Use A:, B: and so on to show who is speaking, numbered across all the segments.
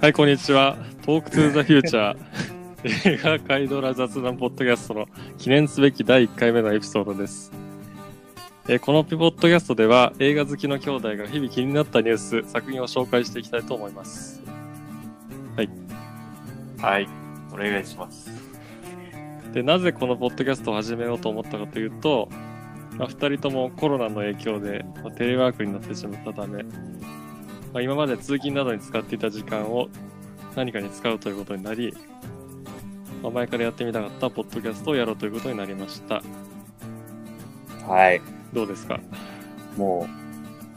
A: はい、こんにちは。トークトゥーザフューチャー。映画界ドラ雑談ポッドキャストの記念すべき第1回目のエピソードです。えーこのポッドキャストでは映画好きの兄弟が日々気になったニュース、作品を紹介していきたいと思います。
B: はい。お願いします。
A: で、なぜこのポッドキャストを始めようと思ったかというと、まあ、2人ともコロナの影響で、まあテレワークになってしまったため、まあ、今まで通勤などに使っていた時間を何かに使うということになり、まあ前からやってみたかったポッドキャストをやろうということになりました。
B: はい。
A: どうですか
B: も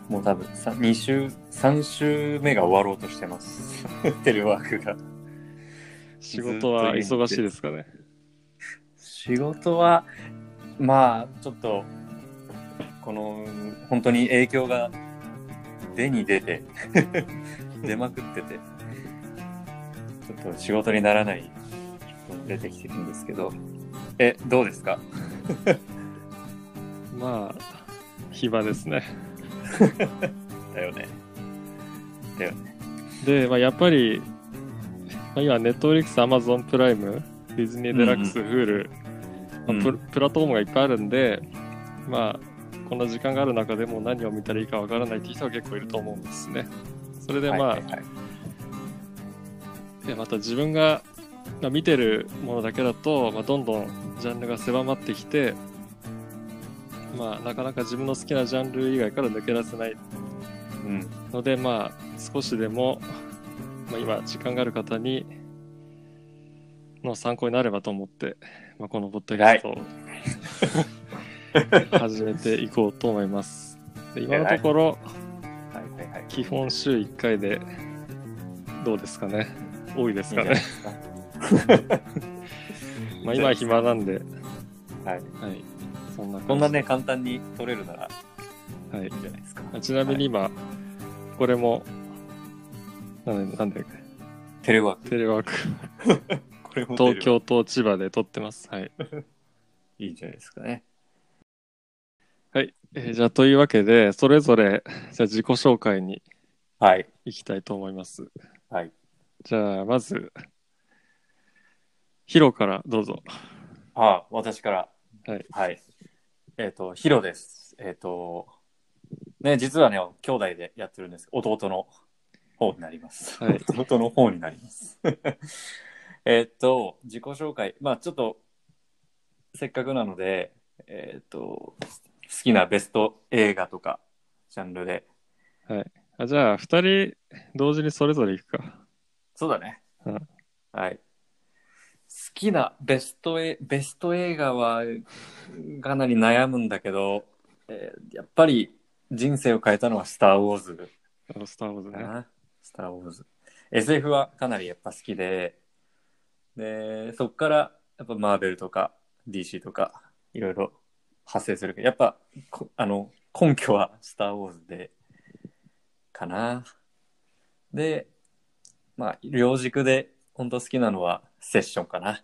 B: う、もう多分、さ2週、3週目が終わろうとしてます。 テレワークが。
A: 仕事は忙しいですかね。
B: 仕事は、まあ、ちょっと、この、本当に影響が出に出て、 出まくってて、ちょっと仕事にならない人も出てきてるんですけど、え、どうですか
A: まあ、暇ですね。
B: だよね。
A: で、まあ、やっぱり、まあ、今、ネットフリックス、アマゾンプライム、ディズニーデラックス、
B: うん
A: フール、まあプ
B: うん
A: プラットフォームがいっぱいあるんで、まあ、こんな時間がある中でも何を見たらいいかわからないっていう人は結構いると思うんですね。それでまあ、
B: はいはいはい
A: でまた自分がまあ見てるものだけだと、まあ、どんどんジャンルが狭まってきて、まあ、なかなか自分の好きなジャンル以外から抜け出せない
B: うん。
A: ので、まあ、少しでも、まあ、今時間がある方にの参考になればと思って、まあ、このポッドキャストを始めていこうと思います。で今のところ
B: はいはいはい。
A: 基本週1回でどうですかね多いで
B: いいんじゃないです
A: かね。
B: すか
A: まあ、今は暇なんで、
B: は
A: は
B: い。
A: い、そんな
B: こ
A: 感
B: ん
A: じ
B: なね、簡単に取れるなら
A: はい
B: いいんじゃないですか。
A: あ、ちなみに今、これもなんでなんで
B: テレワー
A: テレワーク
B: ク。これも
A: 東京と千葉で撮ってます。はい
B: いいんじゃないですかね。
A: はい、えーじゃあというわけでそれぞれじゃあ自己紹介に
B: はい。
A: 行きたいと思います
B: はい。
A: じゃあまずヒロからどうぞ
B: ああ、私から。
A: はい。
B: はい。えっ、と、ヒロです。えっ、と、ね、実はね、兄弟でやってるんです。弟の方になります。
A: はい
B: 弟の方になります。 えっと、自己紹介。まあ、ちょっと、せっかくなので、えっ、と、好きなベスト映画とか、ジャンルで
A: あじゃあ2人同時にそれぞれ行くか
B: そうだね。
A: うん
B: はい。好きなベストえベスト映画はかなり悩むんだけど、えーやっぱり人生を変えたのは「スター・ウォーズ
A: あのスター・ウォーズ」
B: か
A: ね
B: な。スター・ウォーズ。SF はかなりやっぱ好きで、で、そっからやっぱマーベルとか DC とかいろいろ発生するけど、やっぱこあの根拠は「スター・ウォーズで」かな。で、まあ、両軸で本当好きなのはセッションかな。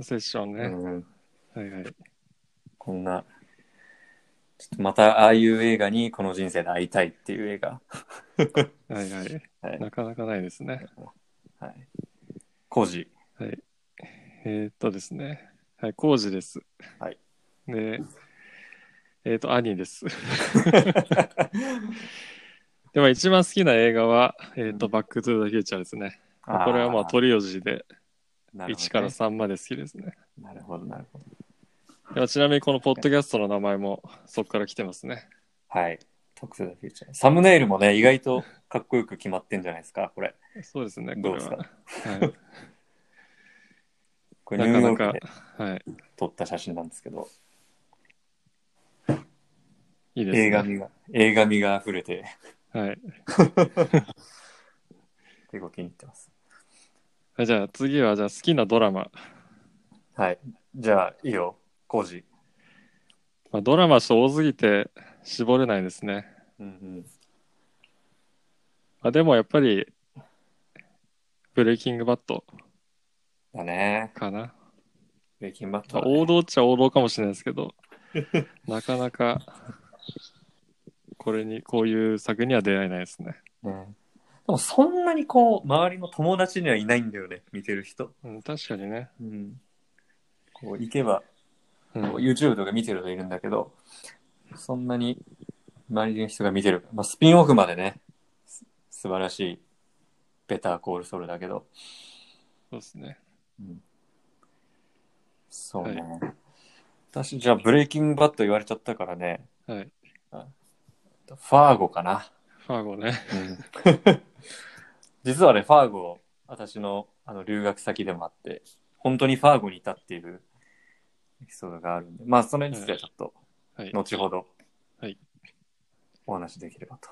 A: セッションね、
B: うん、
A: はいはい
B: こんな、ちょっとまたああいう映画にこの人生で会いたいっていう映画。
A: はいはい、
B: はい
A: なかなかないですね
B: はい。コージ。
A: えー、っとですね、はい、コウジです。
B: はい。
A: で、えー、っと、兄 です。でも一番好きな映画は、えーっと、バックトゥーザフューチャーですね。これはまあトリオジーで
B: なるほどね
A: 1から3まで好きですね。
B: なるほど、なるほど。
A: でもちなみにこのポッドキャストの名前もそこから来てますね。
B: はい。特製のフューチャー。サムネイルもね、意外とかっこよく決まってんじゃないですか、これ。
A: そうですね、こ
B: どう
A: れ
B: です
A: は
B: か。
A: はい
B: これニューヨ
A: な
B: ー
A: かな
B: ク
A: か
B: で、
A: はい、
B: 撮った写真なんですけど、
A: いいですね。
B: 映画味が、映画味が溢れて、
A: はい。
B: 結構気に入ってます。
A: はいじゃあ次は、じゃあ好きなドラマ。
B: はい。じゃあ、いいよ。コージ。
A: まあ、ドラマちょっと多すぎて絞れないですね。
B: うんうん。
A: まあ、でもやっぱり、ブレイキングバット
B: だね。
A: かな。
B: ベイキングバッ
A: ま
B: ト
A: あ
B: だね、
A: 王道っちゃ王道かもしれないですけど、なかなか、これに、こういう作には出会えないですね。
B: ね。もそんなにこう、周りの友達にはいないんだよね、見てる人。
A: うん、確かにね。
B: うん。こう、行けば、
A: う。
B: こうん YouTube とか見てる人いるんだけど、そんなに周りの人が見てる。まあ、スピンオフまでね、す素晴らしい、ベターコールソルだけど、
A: そうですね。
B: そうね。私、じゃあ、ブレイキングバット言われちゃったからね、
A: はい。
B: ファーゴかな。
A: ファーゴね。
B: 実はね、ファーゴ、私のあの留学先でもあって、本当にファーゴにいたっていうエピソードがあるんで、まあ、それについてはちょっと、
A: はい。
B: 後ほど、
A: はい
B: お話しできればと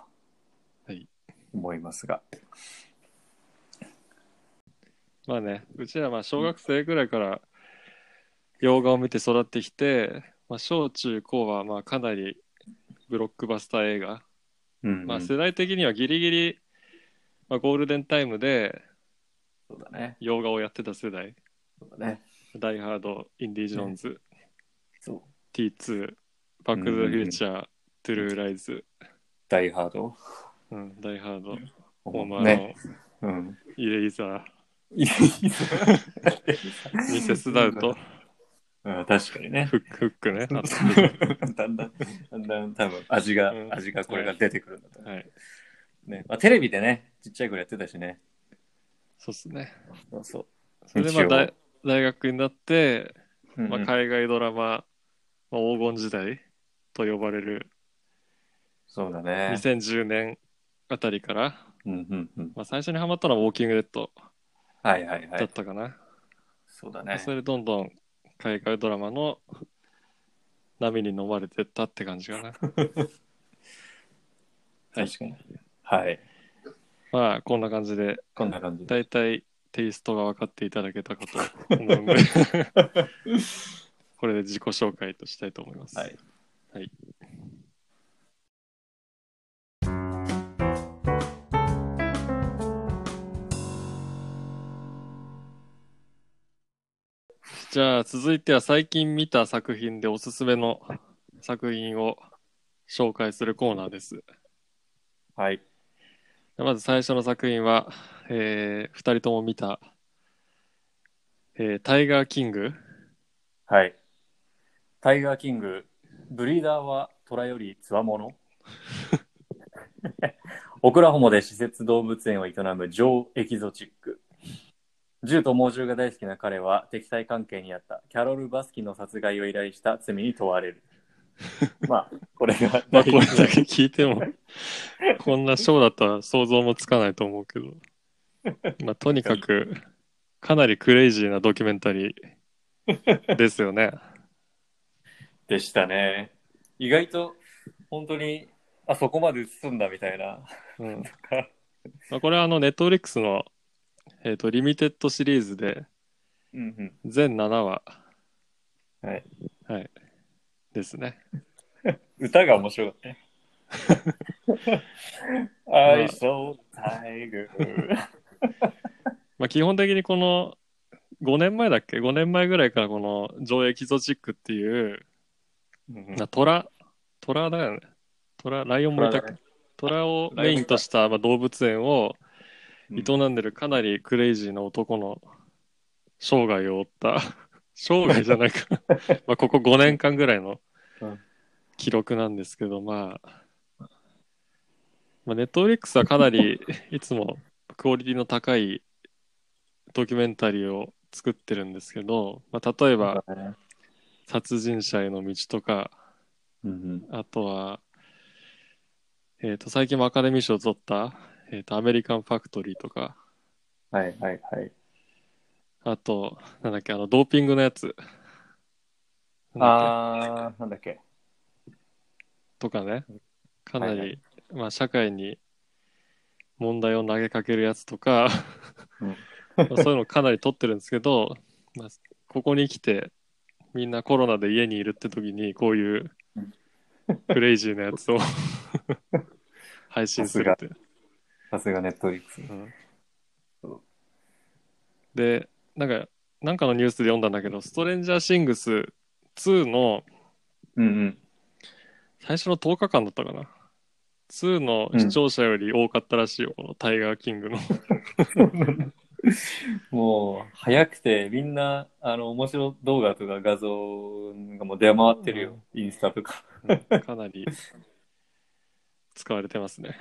A: はい。
B: 思いますが。
A: まあね、うちらまあ小学生ぐらいから洋画を見て育ってきて、まあ、小中高はまあかなりブロックバスター映画、
B: うん
A: まあ、
B: そ
A: 世代的にはギリギリ、まあ、ゴールデンタイムで
B: うだね。
A: 洋画をやってた世代
B: そうだね。
A: 「ダイ・ハード」「インディ・ジョーンズ」
B: そう。
A: T2、バック・ザ・フューチャー、トゥルー・ライズ、
B: ダイハード。
A: うん、ダイ・ハード、ホーム・アローン、
B: ね。 うん。
A: イレイザー、
B: いいぞ
A: ミセス・ダウト、
B: うん、確かにね。
A: フックフックね。あと
B: だんだん、だんだん多分味が、
A: うん
B: 味がこれが出てくるんだと思う。
A: はい、
B: ねまあ、テレビでね、ちっちゃい頃やってたしね。
A: そうっすね。
B: そうそ
A: それでまあ
B: 一応
A: 大大学になって、
B: う。
A: まあ、
B: うん
A: 海外ドラマ、まあ、黄金時代と呼ばれる
B: そうだね。
A: 2010年あたりから、
B: うんうんうん。
A: まあ、最初にハマったのはウォーキングデッド
B: はいはいは
A: だっ
B: い。
A: たかな。
B: そうだね。
A: それでどんどん海外ドラマの波に飲まれてったって感じか な。はい
B: 確かに。はい。
A: まあこんな感じで
B: こんな感じで。
A: 大体テイストが分かっていただけたかと思 うんでこれで自己紹介としたいと思います。
B: はい。
A: はい。じゃあ続いては最近見た作品でおすすめの作品を紹介するコーナーです。
B: はい。
A: まず最初の作品は、えー、2人とも見た、えータイガー・キング。
B: はい。タイガーキング、ブリーダーは虎より強者オクラホモで施設動物園を営むジョー・エキゾチック。銃と猛獣が大好きな彼は敵対関係にあったキャロル・バスキンの殺害を依頼した罪に問われる。まあ、これが、
A: まあ、これだけ聞いても、こんなショーだったら想像もつかないと思うけど。まあ、とにかく、かなりクレイジーなドキュメンタリーですよね。
B: でしたね。意外と、本当に、あそこまで映すんだみたいな。
A: うんまあ、これはあの、ネットフリックスの、えっ、と、リミテッドシリーズで、
B: うん
A: 全7話
B: うん。はい。
A: ですね。
B: 歌が面白かった ね。I saw tiger.
A: まあ、基本的にこの5年前だっけ5年前ぐらいからこの上映キゾチックっていう、な虎虎だよね虎ライオンもいたっけ虎をメインとしたまあ動物園を営んでるかなりクレイジーな男の生涯を追った 生涯じゃ ないかまあここ5年間ぐらいの
B: うん
A: 記録なんですけどまあまあネットフリックスはかなりいつもクオリティの高いドキュメンタリーを作ってるんですけど、まあ、例えば「殺人者への道」とか
B: うん
A: あとは、えっ、と、最近もアカデミー賞を取った、えっ、と、アメリカンファクトリーとか、
B: はいはいはい。
A: あと、なんだっけ、あの、ドーピングのやつ。なんだっ
B: あー、なんだっけ。
A: けとかね。かなり、
B: はいは
A: まあ、社会に問題を投げかけるやつとか、
B: うん
A: まあそういうのかなり取ってるんですけど、まあ、ここに来て、みんなコロナで家にいるって時に、こういう
B: うん
A: クレイジーなやつを 配信するっていう。
B: さすがネットフリックス。
A: うんでなんかなんかのニュースで読んだんだけど「ストレンジャーシングス2」の
B: うんうん。
A: 最初の10日間だったかな2の視聴者より多かったらしいよ、このタイガーキングの。
B: もう、早くて、みんな、あの、面白動画とか画像がもう出回ってるよ。インスタとか。
A: かなり使われてますね。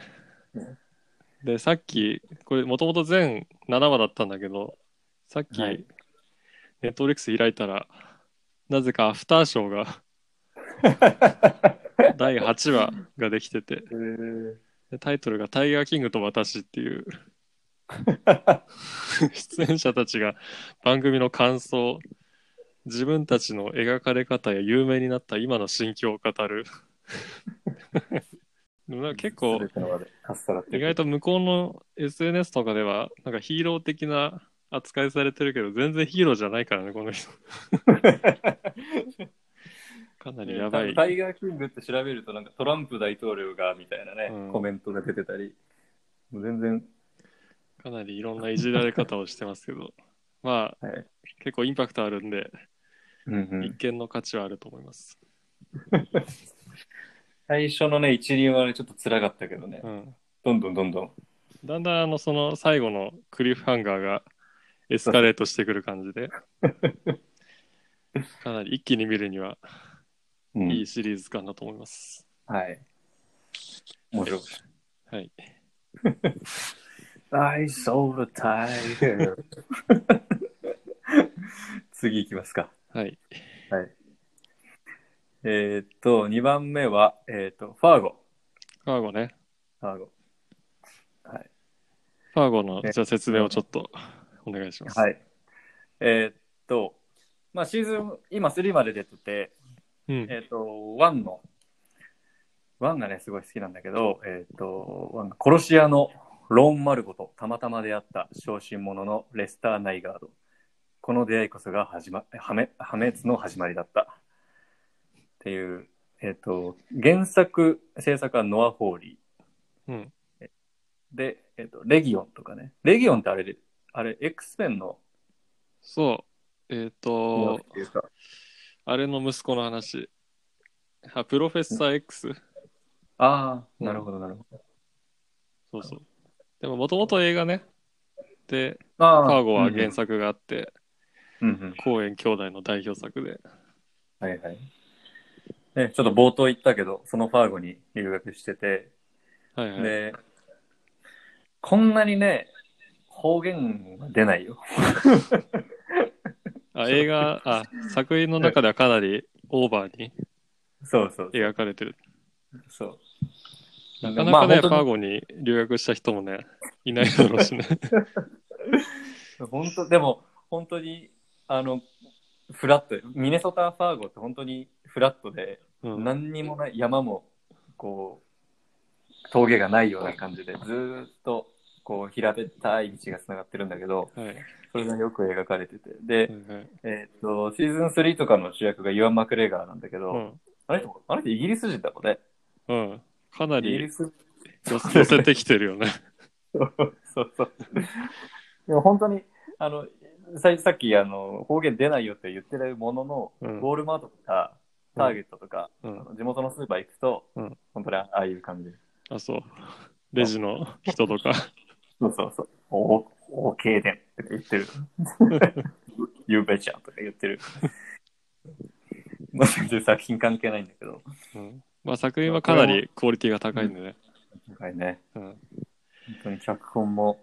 A: で、さっき、これもともと全7話だったんだけど、さっき、
B: はい
A: ネットフリックス開いたら、なぜかアフターショーが第8話ができてて、でタイトルがタイガーキングと私っていう、出演者たちが番組の感想、自分たちの描かれ方や有名になった今の心境を語る。でもなん か結構
B: 全ての場でかっさらって
A: 意
B: る
A: 外と向こうの SNS とかではなんかヒーロー的な扱いされてるけど全然ヒーローじゃないからねこの人かなりやばい
B: タイガーキングって調べると、なんかトランプ大統領が、みたいなね、
A: うん
B: コメントが出てたり。もう全然、
A: かなりいろんないじられ方をしてますけ どまあ、
B: はい
A: 結構インパクトあるんで
B: うんうん
A: 一見の価値はあると思います、
B: 最初のね、一輪はね、ちょっと辛かったけどね
A: う。ん、
B: どんどんどんどん。
A: だんだんあのその最後のクリフハンガーがエスカレートしてくる感じ でかなり一気に見るには
B: うん
A: いいシリーズ感だと思います、
B: はい。面白い。
A: はい、
B: I saw the tiger. 次いきますか。
A: はい、
B: はい。えーっと、2番目は、えーっと、ファーゴ。
A: カーゴね
B: ファーゴ。はい。
A: ファーゴの
B: え
A: じゃあ説明をちょっとお願いします。。
B: はいい。えーっと、まあ、シーズン、今3まで出てて、
A: うん。
B: えーっと、1の、1がね、すごい好きなんだけど、えーっと、1が殺し屋のローン・マルゴとたまたま出会った小心者のレスター・ナイガード。この出会いこそが始ま、破滅破滅の始まりだった。っていう、えっ、と、原作、制作はノア・ホーリー。
A: うん。
B: で、えっと、レギオンとかね。レギオンってあれで、あれ、X ペンの、
A: そう。えっ、と、
B: っていうか、
A: あれの息子の話。あ、プロフェッサー X?
B: ああ、なるほど、なるほど。
A: そうそう。でも、もともと映画ね。で、
B: あ
A: ファーゴは
B: 原
A: 原
B: 作
A: 作があって、
B: うんうん。
A: コーエン兄弟の代表作で。
B: はいはい。ね、ちょっと冒頭言ったけど、そのファーゴに留学してて、
A: はいはい。
B: で、こんなにね、方言が出ないよ。
A: あ映画、あ、作品の中ではかなりオーバーに
B: そうそう
A: 描かれてる。
B: そう。
A: なかなかね、ファ
B: まあ
A: ーゴに留学した人もね、いないだろうしね。
B: 本当、でも、本当に、あの、フラットよ、ミネソタファーゴって本当にフラットで、
A: うん。
B: 何にもない、山も、こう、峠がないような感じで、ずーっと、こう、平べったい道が繋がってるんだけど、
A: はい。はい
B: それがよく描かれてて。で、
A: はい。
B: えーっと、シーズン3とかの主役がイワン・マクレガーなんだけ
A: う
B: ど、
A: ん。
B: あれあれってイギリス人だもんね。
A: うん。かな
B: イギリ
A: り
B: ス
A: 寄せ寄せてきてるよね。
B: そうそう。でも本当に、あの、ささっき、あの、方言出ないよって言ってるものの、
A: う
B: ウ
A: ん
B: ォールマートとか、ターゲットとか、
A: うん
B: あ。の地元のスーパー行くと、
A: うん
B: 本当にああいう感じ。
A: あ、そう。レジの人とか。
B: そうそうそう。お、お、けいでんとか言ってる。ゆうべちゃんとか言ってる。まあ、全然作品関係ないんだけど。
A: うん、まあ作品はかなりクオリティが高いんでね。
B: 今回ね、
A: うん。
B: 本当に脚本も、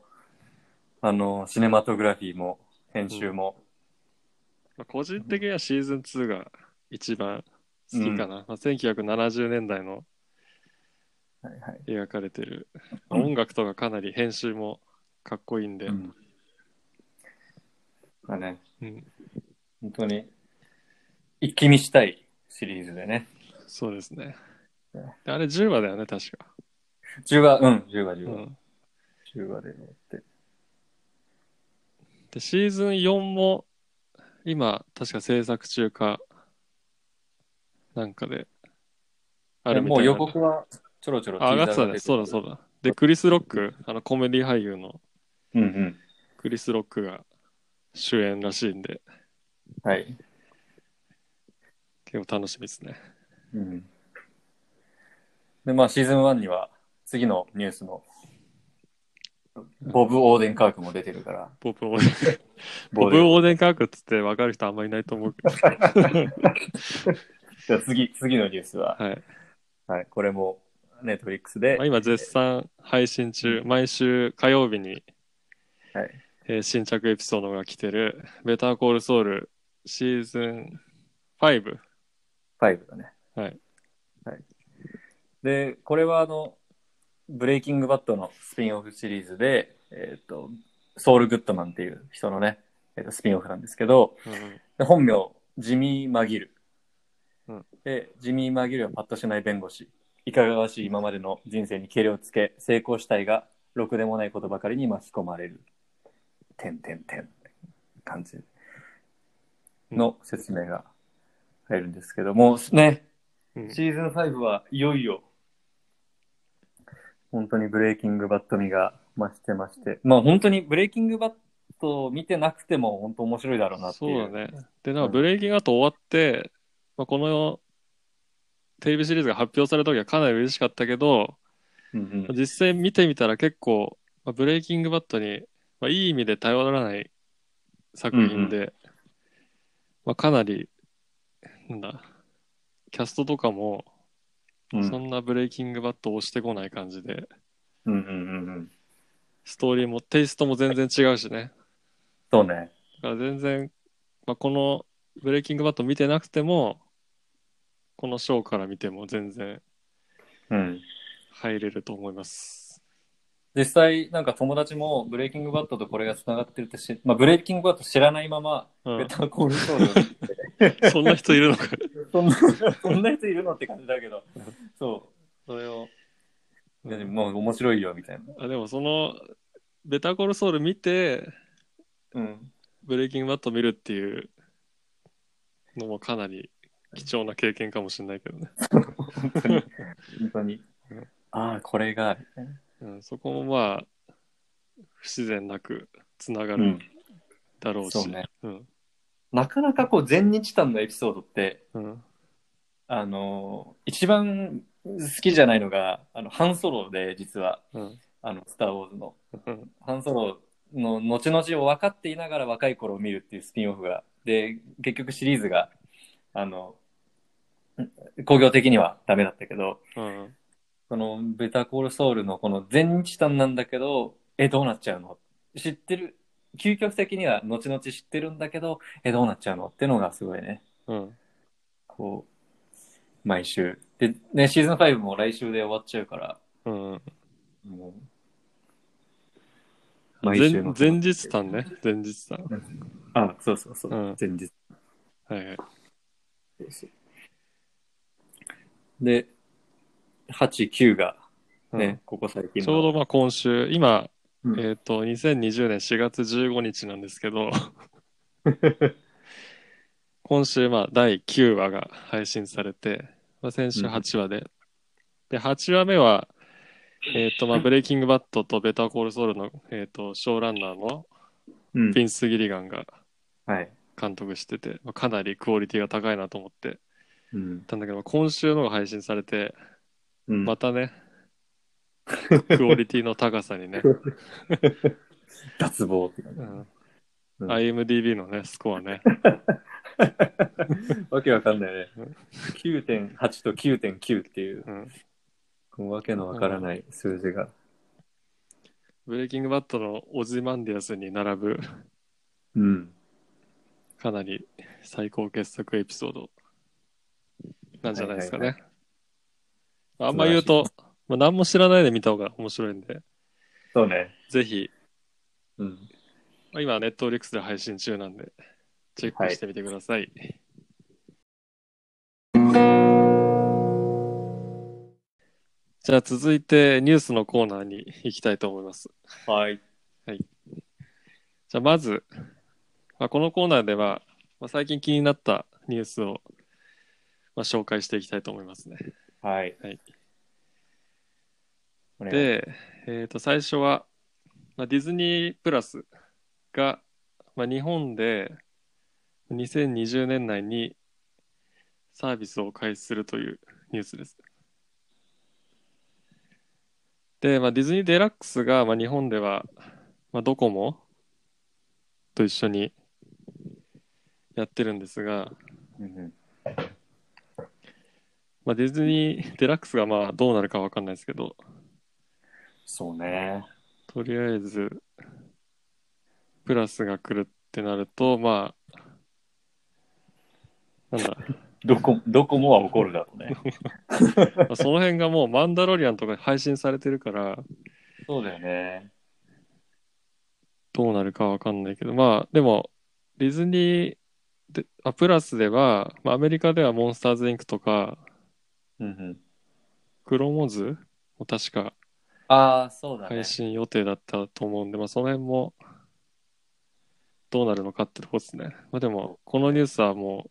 B: あの、シネマトグラフィーも、編集も、
A: まあ、個人的にはシーズン2が一番好きかな。まあ、1970年代の
B: はいはい。
A: 描かれてる。
B: うん
A: 音楽とかかなり編集もかっこいいんで。
B: うんまあね、
A: うん
B: 本当に、一気見したいシリーズでね。
A: そうですね。であれ10話だよね、確か。
B: 10話、うん、10話、10
A: う
B: 話。
A: ん、
B: 10話で終わって。
A: で、シーズン4も今、確か制作中か、なんかで。あ
B: あ
A: る
B: れ
A: み
B: も
A: た
B: う
A: いな
B: 予告はちょろちょろ
A: あ、上がってた
B: 出
A: ね。
B: る
A: そうだそうだ。で、クリス・ロック、あのコメディ俳優の
B: うんうん。
A: クリス・ロックが主演らしいんで、
B: はい。
A: 結構楽しみですね。
B: うん。で、まあシーズン1には、次のニュースの、ボブ・オーデンカークも出てるから、
A: ボブ・オーデン、ボブ・オーデン科学っつって分かる人あんまりいないと 思うけど。
B: じゃあ次、次のニュースは、
A: はい。
B: はい、これも、ネットフリックスで
A: まあ、、今絶賛配信中、毎週火曜日に、
B: はい
A: えー新着エピソードが来てる、ベターコールソウルシーズン5。
B: 5だね。
A: はい。
B: はい。で、これはあの、ブレイキングバットのスピンオフシリーズで、えっ、と、ソウル・グッドマンっていう人のね、えーとスピンオフなんですけど、で本名、ジミー・マギル。
A: うん
B: で、ジミー・マギルはパッとしない弁護士。いかがわしい今までの人生に計をつけ、成功したいが、ろくでもないことばかりに巻き込まれる。てんてんてん。感じの説明が入るんですけども、ね、
A: うん
B: シーズン5はいよいよ、本当にブレイキングバット味が増してまして、まあ本当にブレイキングバットを見てなくても本当面白いだろうなって
A: そ
B: いう。
A: うだね。で、なんかブレイキングアウト終わって、まあ、このテレビシリーズが発表された時はかなり嬉しかったけど、
B: うんうん。
A: 実際見てみたら結構、まあ、ブレイキングバットに、まあ、いい意味で頼らない作品で、まあ、かなりなんだキャストとかも
B: うん
A: そんなブレイキングバットを押してこない感じで、
B: うんうんうんうん。
A: ストーリーもテイストも全然違うしね
B: そうね。
A: だから全然、まあ、このブレイキングバット見てなくてもこのショーから見ても全然
B: うん。
A: 入れると思います
B: 実際、なんか友達もブレイキングバットとこれが繋がってるってし、まあブレイキングバット知らないまま、
A: うん
B: ベターコールソウルを見て
A: そんな人いるのか
B: そんな、そんな人いるのって感じだけど、そう、それを、いやでももう面白いよ、みたいな。
A: あでもそのベタコールソウル見て
B: うん。
A: ブレイキングバット見るっていうのもかなり貴重な経験かもしれないけどね、
B: 本当に。本当に。ああ、これが、
A: うん、そこもまあ不自然なくつながる。だろうし、
B: そうね
A: うん
B: なかなかこう、全日譚のエピソードって、
A: うん、
B: あのー一番好きじゃないのが、あの、ハンソロで、実は、
A: うん
B: あの、スター・ウォーズの。
A: うん
B: ハンソロの後々を分かっていながら若い頃を見るっていうスピンオフが、で、結局シリーズが、あの、ん工業的にはダメだったけど、
A: うん
B: その、ベタコールソウルのこの全日譚なんだけど、え、どうなっちゃうの知ってる、究極的には後々知ってるんだけど、え、どうなっちゃうのってのがすごいね、
A: うん
B: こう、毎週。で、ね、シーズン5も来週で終わっちゃうから、
A: うん
B: もう、
A: 前
B: の
A: 前日譚ね前日譚
B: あ、そうそうそう。
A: うん
B: 前日
A: はいはい
B: で、8、9が
A: うん
B: ね、ここ最近の
A: ちょうどまあ今週今、
B: うん
A: えっ、と2020年4月15日なんですけ ど今週まあ第9話が配信されて、まあ、先週
B: うん
A: 8話で、で8話目はえっ、とまあブレイキングバットとベターコールソウルのえっ、とショーランナーの
B: うん
A: ヴィンス・ギリガンが
B: はい。
A: 監督してて、まあ、かなりクオリティが高いなと思って
B: うん。
A: たんだけど今週のが配信されて
B: うん
A: また ね、クオリティの高さにね
B: 脱帽って感じ。
A: うん
B: うん
A: IMDB のね、スコアね。
B: わけわかんないね
A: うん。
B: 9.8と9.9っていう、
A: うん
B: こうわけのわからない数字が。
A: ブレイキングバットのオジマンディアスに並ぶ、
B: うん。
A: かなり最高傑作エピソードなんじゃないですか
B: は
A: ね。あんま言うと、まあ、何も知らないで見た方が面白いんで、
B: そうね。
A: ぜひ、
B: うん。
A: まあ今、ネットフリックスで配信中なんで、チェックしてみてください。じゃあ続いてニュースのコーナーに行きたいと思います。
B: はい。
A: じゃあまず、まあ、このコーナーでは、まあ、最近気になったニュースを、まあ、紹介していきたいと思いますね。
B: はい。
A: はい
B: お願い、
A: で、えー、と最初は、まあ、ディズニープラスが、まあ、日本で2020年内にサービスを開始するというニュースです。で、まあ、ディズニーデラックスが、まあ、日本では、まあ、ドコモと一緒にやってるんですが、
B: うんうん
A: まあ、ディズニーデラックスがまあどうなるかわかんないですけど、
B: そうね。
A: とりあえず、プラスが来るってなると、まあ、なんだ、
B: どこ、どこもは怒るだろう ね。
A: まあその辺がもうマンダロリアンとか配信されてるから、
B: そうだよね。
A: どうなるかわかんないけど、まあ、でも、ディズニーで、あ、プラスでは、まあ、アメリカではモンスターズインクとか、
B: うんうん。
A: クロモズも確か
B: ああ、そうだね
A: 配。信予定だったと思うんで、まあ、その辺もどうなるのかってとこですね。まあ、でも、このニュースはも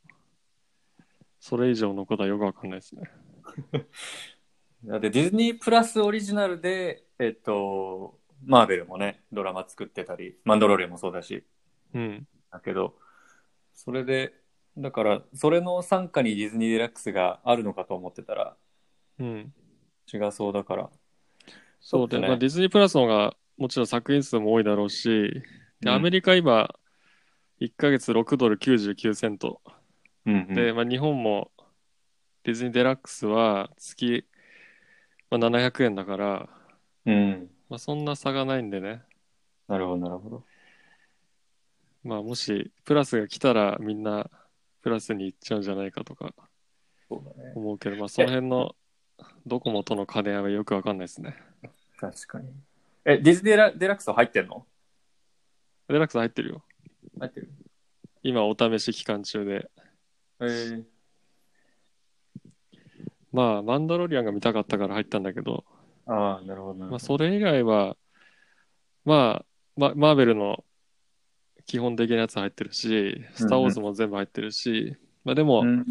A: う、それ以上のことはよくわかんないですね。
B: だってディズニープラスオリジナルで、えっと、マーベルもね、ドラマ作ってたり、マンドロリアンもそうだし、
A: うん。
B: だけど、それで、だから、それの傘下にディズニーデラックスがあるのかと思ってたら、
A: うん。
B: 違そうだから。
A: そうで、
B: ね
A: まあ、ディズニープラスの方がもちろん作品数も多いだろうし、で、アメリカ今、1ヶ月6ドル99セント。
B: うんうん
A: で、まあ、日本もディズニーデラックスは月、まあ、700円だから、
B: うん。
A: まあ、そんな差がないんでね。
B: なるほど、なるほど。
A: まあもしプラスが来たらみんなプラスに行っちゃうんじゃないかとか
B: そうだね。
A: 思うけど、まあその辺のドコモとの兼ね合いはよくわかんないですね。
B: 確かに。え、ディズニーデラデラックスは入ってんの
A: デラックス入ってるよ。
B: 入ってる。
A: 今お試し期間中で。
B: えー、
A: まあマンダロリアンが見たかったから入ったんだけど、
B: ああ、なるほど、なるほど。
A: まあそれ以外は、まあ、まマーベルの基本的なやつ入ってるし、スター・ウォーズも全部入ってるし、まあでも、
B: うん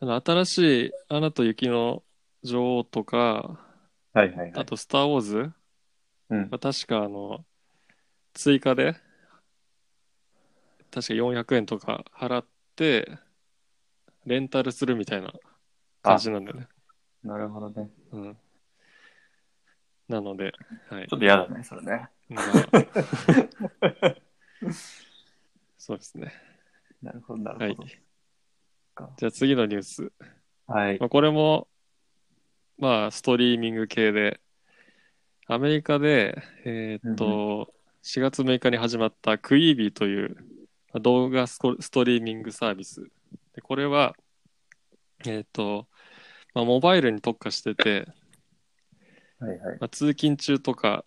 A: あの新しいアナと雪の女王とか、
B: はいはいは
A: あ
B: い。
A: とスター・ウォーズ
B: うん
A: まあ、確かあの追加で確か400円とか払ってレンタルするみたいな感じなんだよね、
B: なるほどね。
A: うん、なので、はい
B: ちょっと嫌だね、それね。
A: まあそうですね
B: なるほど、な
A: は
B: る
A: い
B: ほど。
A: じゃあ次のニュース、
B: はい
A: ま。あ、これもまあストリーミング系でアメリカでえーっ
B: う
A: と、4月6日に始まったクイービーというまあ動画スコストリーミングサービスでこれはえーっと、まあ、モバイルに特化してて、
B: はいはい。
A: まあ、通勤中とか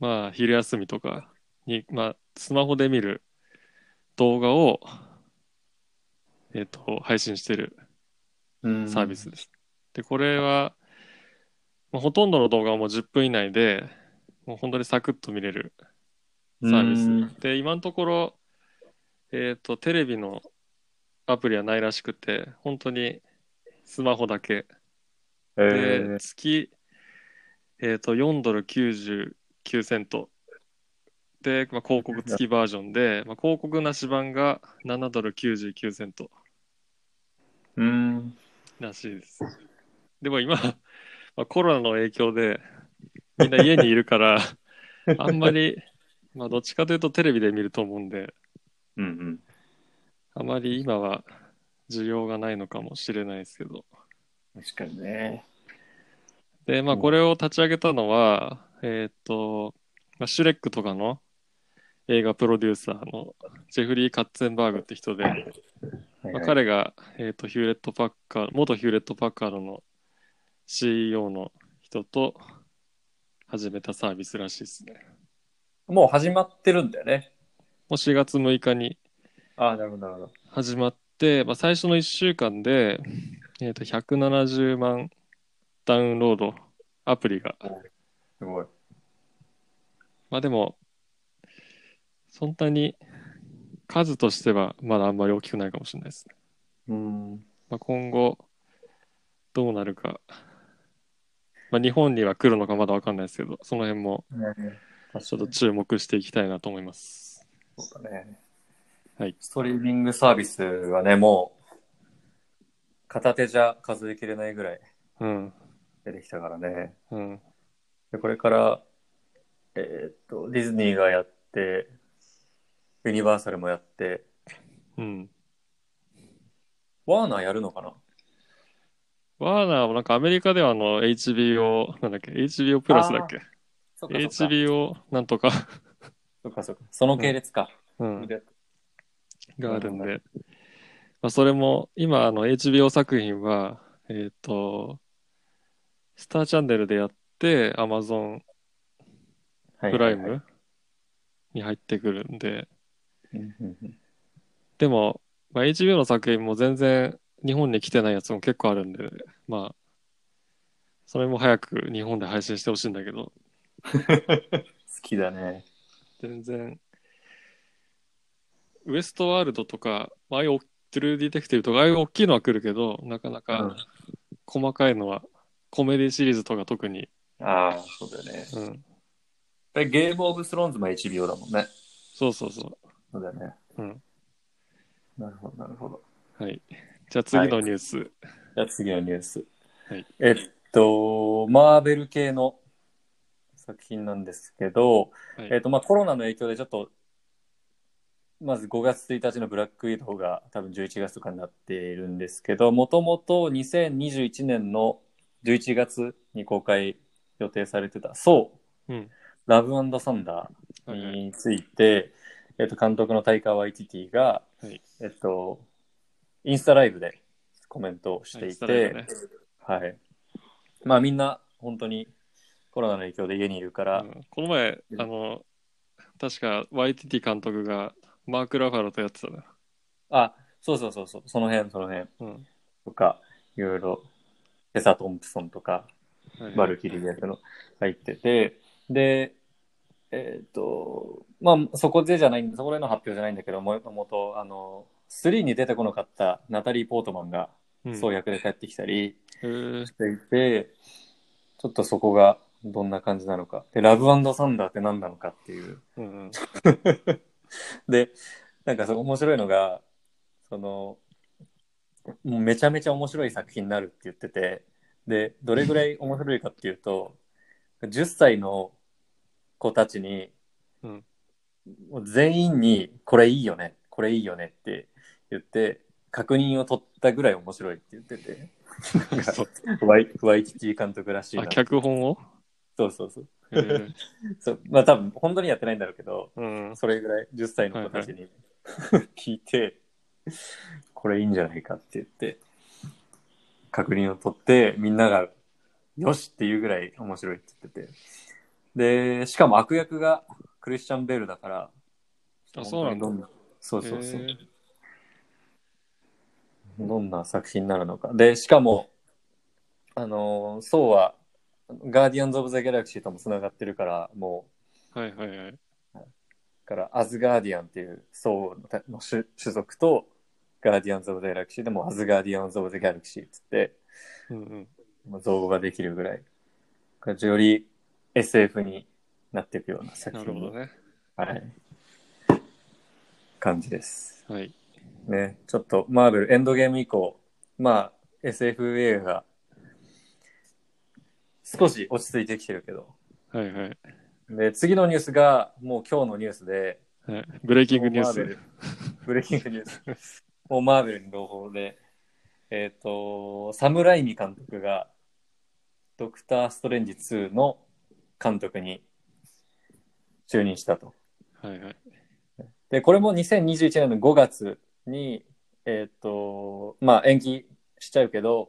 A: まあ昼休みとかに、まあ、スマホで見る動画をえーっと配信してる
B: うん
A: サービス。です。で、これは、まあ、ほとんどの動画はもう10分以内で、もう本当にサクッと見れるサービス。
B: うん
A: で、今のところ、えっ、と、テレビのアプリはないらしくて、本当にスマホだけ。
B: え
A: で、
B: ー、
A: 月、えっ、と、4ドル99セント。で、まあ、広告付きバージョンで、まあ、広告なし版が7ドル99セント。
B: うん。
A: らしいです。でも今、まあ、コロナの影響で、みんな家にいる から、あんまり、まあ、どっちかというとテレビで見ると思うんで、
B: うんうん。
A: あまり今は需要がないのかもしれないですけど。
B: 確かにね。
A: で、まあ、
B: うん
A: これを立ち上げたのは、えーっと、まあ、シュレックとかの映画プロデューサーのジェフリー・カッツェンバーグって人で、
B: はい
A: まあ、
B: はい
A: 彼が、えー、とヒューレット・パッカー元ヒューレット・パッカードの CEO の人と始めたサービスらしいですね。
B: もう始まってるんだよね。
A: もう4月6日に
B: ああ、なるほど、なるほど。
A: 始まって、まあ、最初の1週間で、えー、と170万ダウンロードアプリが、
B: すごい。
A: まあでもそんなに数としてはまだあんまり大きくないかもしれないですね。
B: うん。
A: まあ、今後どうなるか、まあ、日本には来るのかまだわかんないですけどその辺もち
B: ち
A: ょっと注目していきたいなと思います
B: そうだね。
A: はい
B: ストリーミングサービスはね、もう、片手じゃ数えきれないぐらい
A: うん
B: 出てきたからね。
A: うん。
B: で、これから、えーっと、ディズニーがやって、ユニバーサルもやって、
A: うん。
B: ワーナーやるのかな
A: ワーナーもなんかアメリカではあの HBO、なんだっけ、HBO プラスだっけ
B: そっかそっか。
A: ?HBO なんとか、
B: そっかそっか。その系列か。
A: うん、があるんで。まあ、それも、今あの HBO 作品は、えっ、と、スターチャンネルでやって、Amazon
B: はい
A: プライ
B: はいはい
A: ムに入ってくるんで、
B: うんうんうん
A: でも、まあ、HBO の作品も全然日本に来てないやつも結構あるんで、まあ、それも早く日本で配信してほしいんだけど、
B: 好きだね。
A: 全然、ウエストワールドとか、まあああいうおトゥルーディテクティブとか、ああいう大きいのは来るけど、なかな
B: うん
A: か細かいのは、コメディシリーズとか特に、
B: ああ、そうだよね。
A: うん、
B: でゲームオブスローンズも HBO だもんね。
A: そうそうそ
B: そうだよね。
A: うん。
B: なるほど、なるほど。
A: う。はい。じゃあ次のニュース。
B: じゃあ次のニュース。
A: はい
B: えっと、マーベル系の作品なんですけど、
A: はい
B: えっと、まあコロナの影響でちょっと、まず5月1日のブラックウィドウが多分11月とかになっているんですけど、もともと2021年の11月に公開予定されてた、そう、
A: うん。
B: ラブサンダー、
A: はいはい
B: について、えっと、監督のタイカー・ワイティティが、
A: はい
B: えっと、インスタライブでコメントをして
A: はいイン
B: い
A: スタライブ
B: て
A: ね、
B: はい。まあみんな本当にコロナの影響で家にいるから、
A: うんこの前、あの、確か YTT 監督がマーク・ラファロとやってたな。
B: あ、そうそうそうそう、その辺その辺
A: うん。
B: とか、いろいろ、ペサ・トンプソンとか、
A: はい
B: バルキリー役の入ってて、で、えっ、と、まあ、そこでじゃないんそこでの発表じゃないんだけど、もともと、あの、3に出てこなかったナタリー・ポートマンが、
A: うん
B: そう役で帰ってきたり
A: へー
B: していて、ちょっとそこがどんな感じなのか。で、ラブサンダーって何なのかっていう。
A: うんうん
B: で、なんかその面白いのが、その、もうめちゃめちゃ面白い作品になるって言ってて、で、どれぐらい面白いかっていうと、10歳の子たちに、
A: うん
B: もう全員に、これいいよね、これいいよねって言って、確認を取ったぐらい面白いって言ってて、なんか
A: そう
B: ワイワイキキ監督らしいな
A: あ、。脚本を
B: そうそうそう。
A: へー
B: そうまあ多分、本当にやってないんだろうけど、
A: うん。
B: それぐらい10歳の子たちに 聞いて、これいいんじゃないかって言って、確認を取って、みんなが、よしっていうぐらい面白いって言ってて。で、しかも悪役がクリスチャン・ベールだから、
A: あ、そうなんだ。
B: 本当にどんそうそうそう。
A: へー
B: どんな作品になるのか。で、しかも、あのー、そうは、ガーディアンズ・オブ・ザ・ギャラクシーともつながってるから、もう、
A: はいはいはい。
B: から、アズガーディアンっていう層のの種種族と、ガーディアンズ・オブ・ザ・ギャラクシーでも、アズガーディアンズ・オブ・ザ・ギャラクシーっつって、
A: うんうん。
B: もう造語ができるぐらい、これより SF になっていくような作
A: な
B: 品
A: るほどね。
B: はい、感じです。
A: はい。
B: ね、ちょっと、マーベル、エンドゲーム以降、まあ、SF 映画が、少し落ち着いてきてるけど、
A: はいはい。
B: で、次のニュースが、もう今日のニュースで、
A: はいブレイキングニュー
B: もうマーベ
A: ス
B: ル。ブレイキングニュース。もうマーベルに朗報で、えっ、と、サムライミ監督が、ドクター・ストレンジ2の監督に就任したと。
A: はいはい。
B: で、これも2021年の5月に、えっ、と、まあ延期しちゃうけど、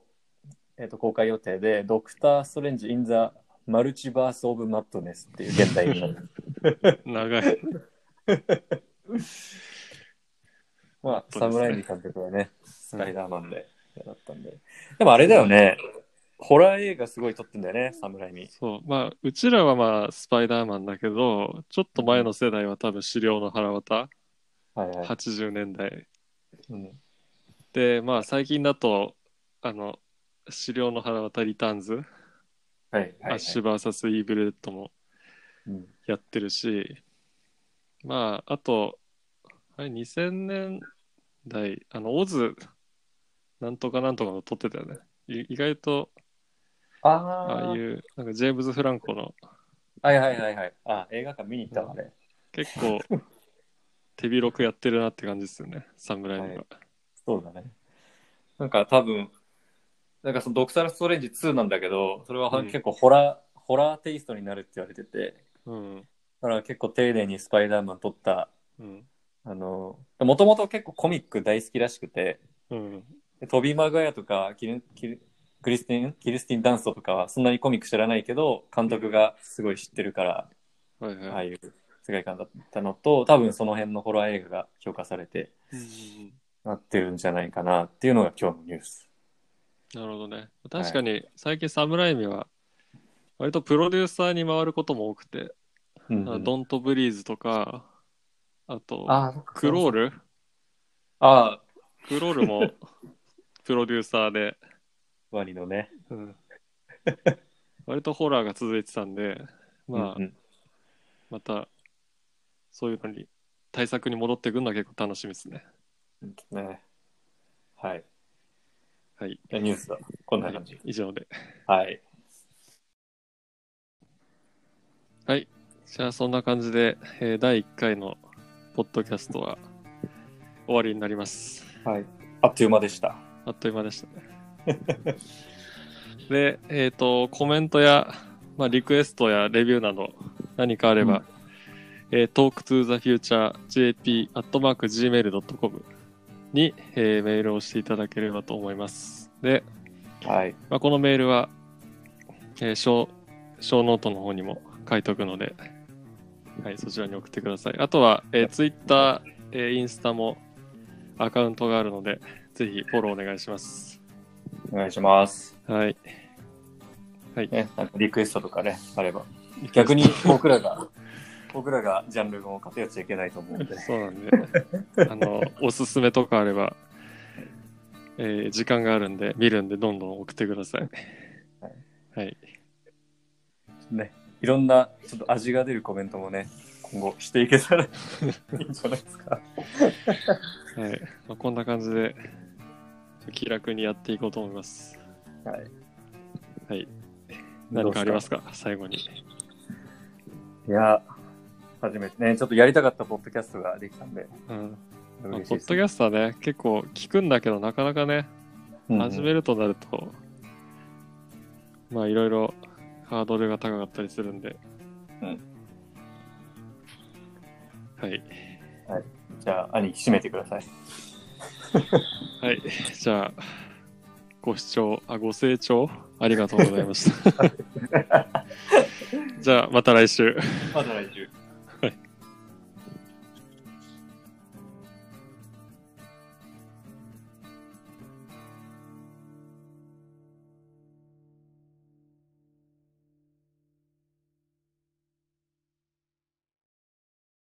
B: えっ、と、公開予定で、ドクター・ストレンジ・イン・ザ・マルチバース・オブ・マットネスっていう現代になる。
A: 長い。
B: まあ、
A: そうですね
B: サムライミ監督はね、スパイダーマンで、だったんで。でもあれだよね、ホラー映画すごい撮ってんだよね、サムライミ。
A: そう。まあ、うちらはまあ、スパイダーマンだけど、ちょっと前の世代は多分、資料の腹渡、
B: はいはい。
A: 80年代。
B: うん
A: で、まあ、最近だと、あの、資料の腹渡リターンズ、
B: はいはいはい
A: アッシュ VS イーブルデッドも
B: うん
A: やってるし、まあ、あと、あれ、2000年代、あの、オズ、なんとかなんとかの撮ってたよね。い意外と
B: あ
A: ああい
B: ー
A: う、なんかジェームズ・フランコの
B: はいはいはいはい。あ、映画館見に行ったわ、あれ。
A: 結 構手広くやってるなって感じですよね、侍には。
B: はいそうだね。なんか多分、なんかそのドクターストレンジ2なんだけど、それは
A: うん
B: 結構ホラー、ホラーテイストになるって言われてて、
A: うん。
B: だから結構丁寧にスパイダーマン撮った、
A: うん。
B: あの、もともと結構コミック大好きらしくて、
A: うん。
B: でトビー・マグワイアとかキルキルクリスティン、キルスティン・ダンストとかはそんなにコミック知らないけど、監督がすごい知ってるから、
A: はいはい。
B: ああいう世界観だったのと、多分その辺のホラー映画が評価されて
A: うん
B: なってるんじゃないかなっていうのが今日のニュース。
A: なるほどね。確かに最近サムライミは割とプロデューサーに回ることも多くて、
B: うん
A: あドント・ブリーズとか、あと、
B: あそっか
A: クロール
B: ああ、
A: クロール もプロデューサーで、
B: ワニのね。
A: うん、割とホラーが続いてたんで、まあ
B: う、んうん
A: またそういうのに対策に戻っていくのは結構楽しみですね。
B: ね。はい。
A: はい。
B: じゃあニュースだ。こんな感じ。
A: 以上で。
B: はい。
A: じゃあそんな感じで、えー第1回のポッドキャストは終わりになります。
B: はい。あっという間でした。
A: あっという間でしたね。で、えっ、と、コメントや、まあ、リクエストやレビューなど何かあれば、えー talktothefuturejp.gmail.com に、えーメールをしていただければと思います。で、
B: はい。
A: まあ、このメールは、えー、小小ノートの方にも書いておくので、はい、そちらに送ってください。あとは、えー、Twitter、えーインスタもアカウントがあるので、ぜひフォローお願いします。
B: お願いします。
A: はい。
B: ね、なんかリクエストとかね、あれば。逆 に僕らが、僕らがジャンルも偏っちゃいけないと思うんで。
A: そう なんで、あの、おすすめとかあれば、えー時間があるんで、見るんで、どんどん送ってください。はい。
B: ね。いろんな、ちょっと味が出るコメントもね、今後していけたらいいんじゃないですか。
A: はい。まあ、こんな感じで、気楽にやっていこうと思います。
B: はい。
A: はい。何かありますか最後に。
B: いや、初めてね、ちょっとやりたかったポッドキャストができたんで、
A: うん。まあ
B: 嬉しい
A: ポッドキャストはね、結構聞くんだけど、なかなかね、始め
B: る。
A: るとなると、まあ、いろいろハードルが高かったりするんで。
B: うん
A: はい。
B: じゃあ、兄貴、締めてください。
A: はい。じゃあ、ご視聴、あ、ご清聴ありがとうございました。じゃあ、また来週。
B: また来週。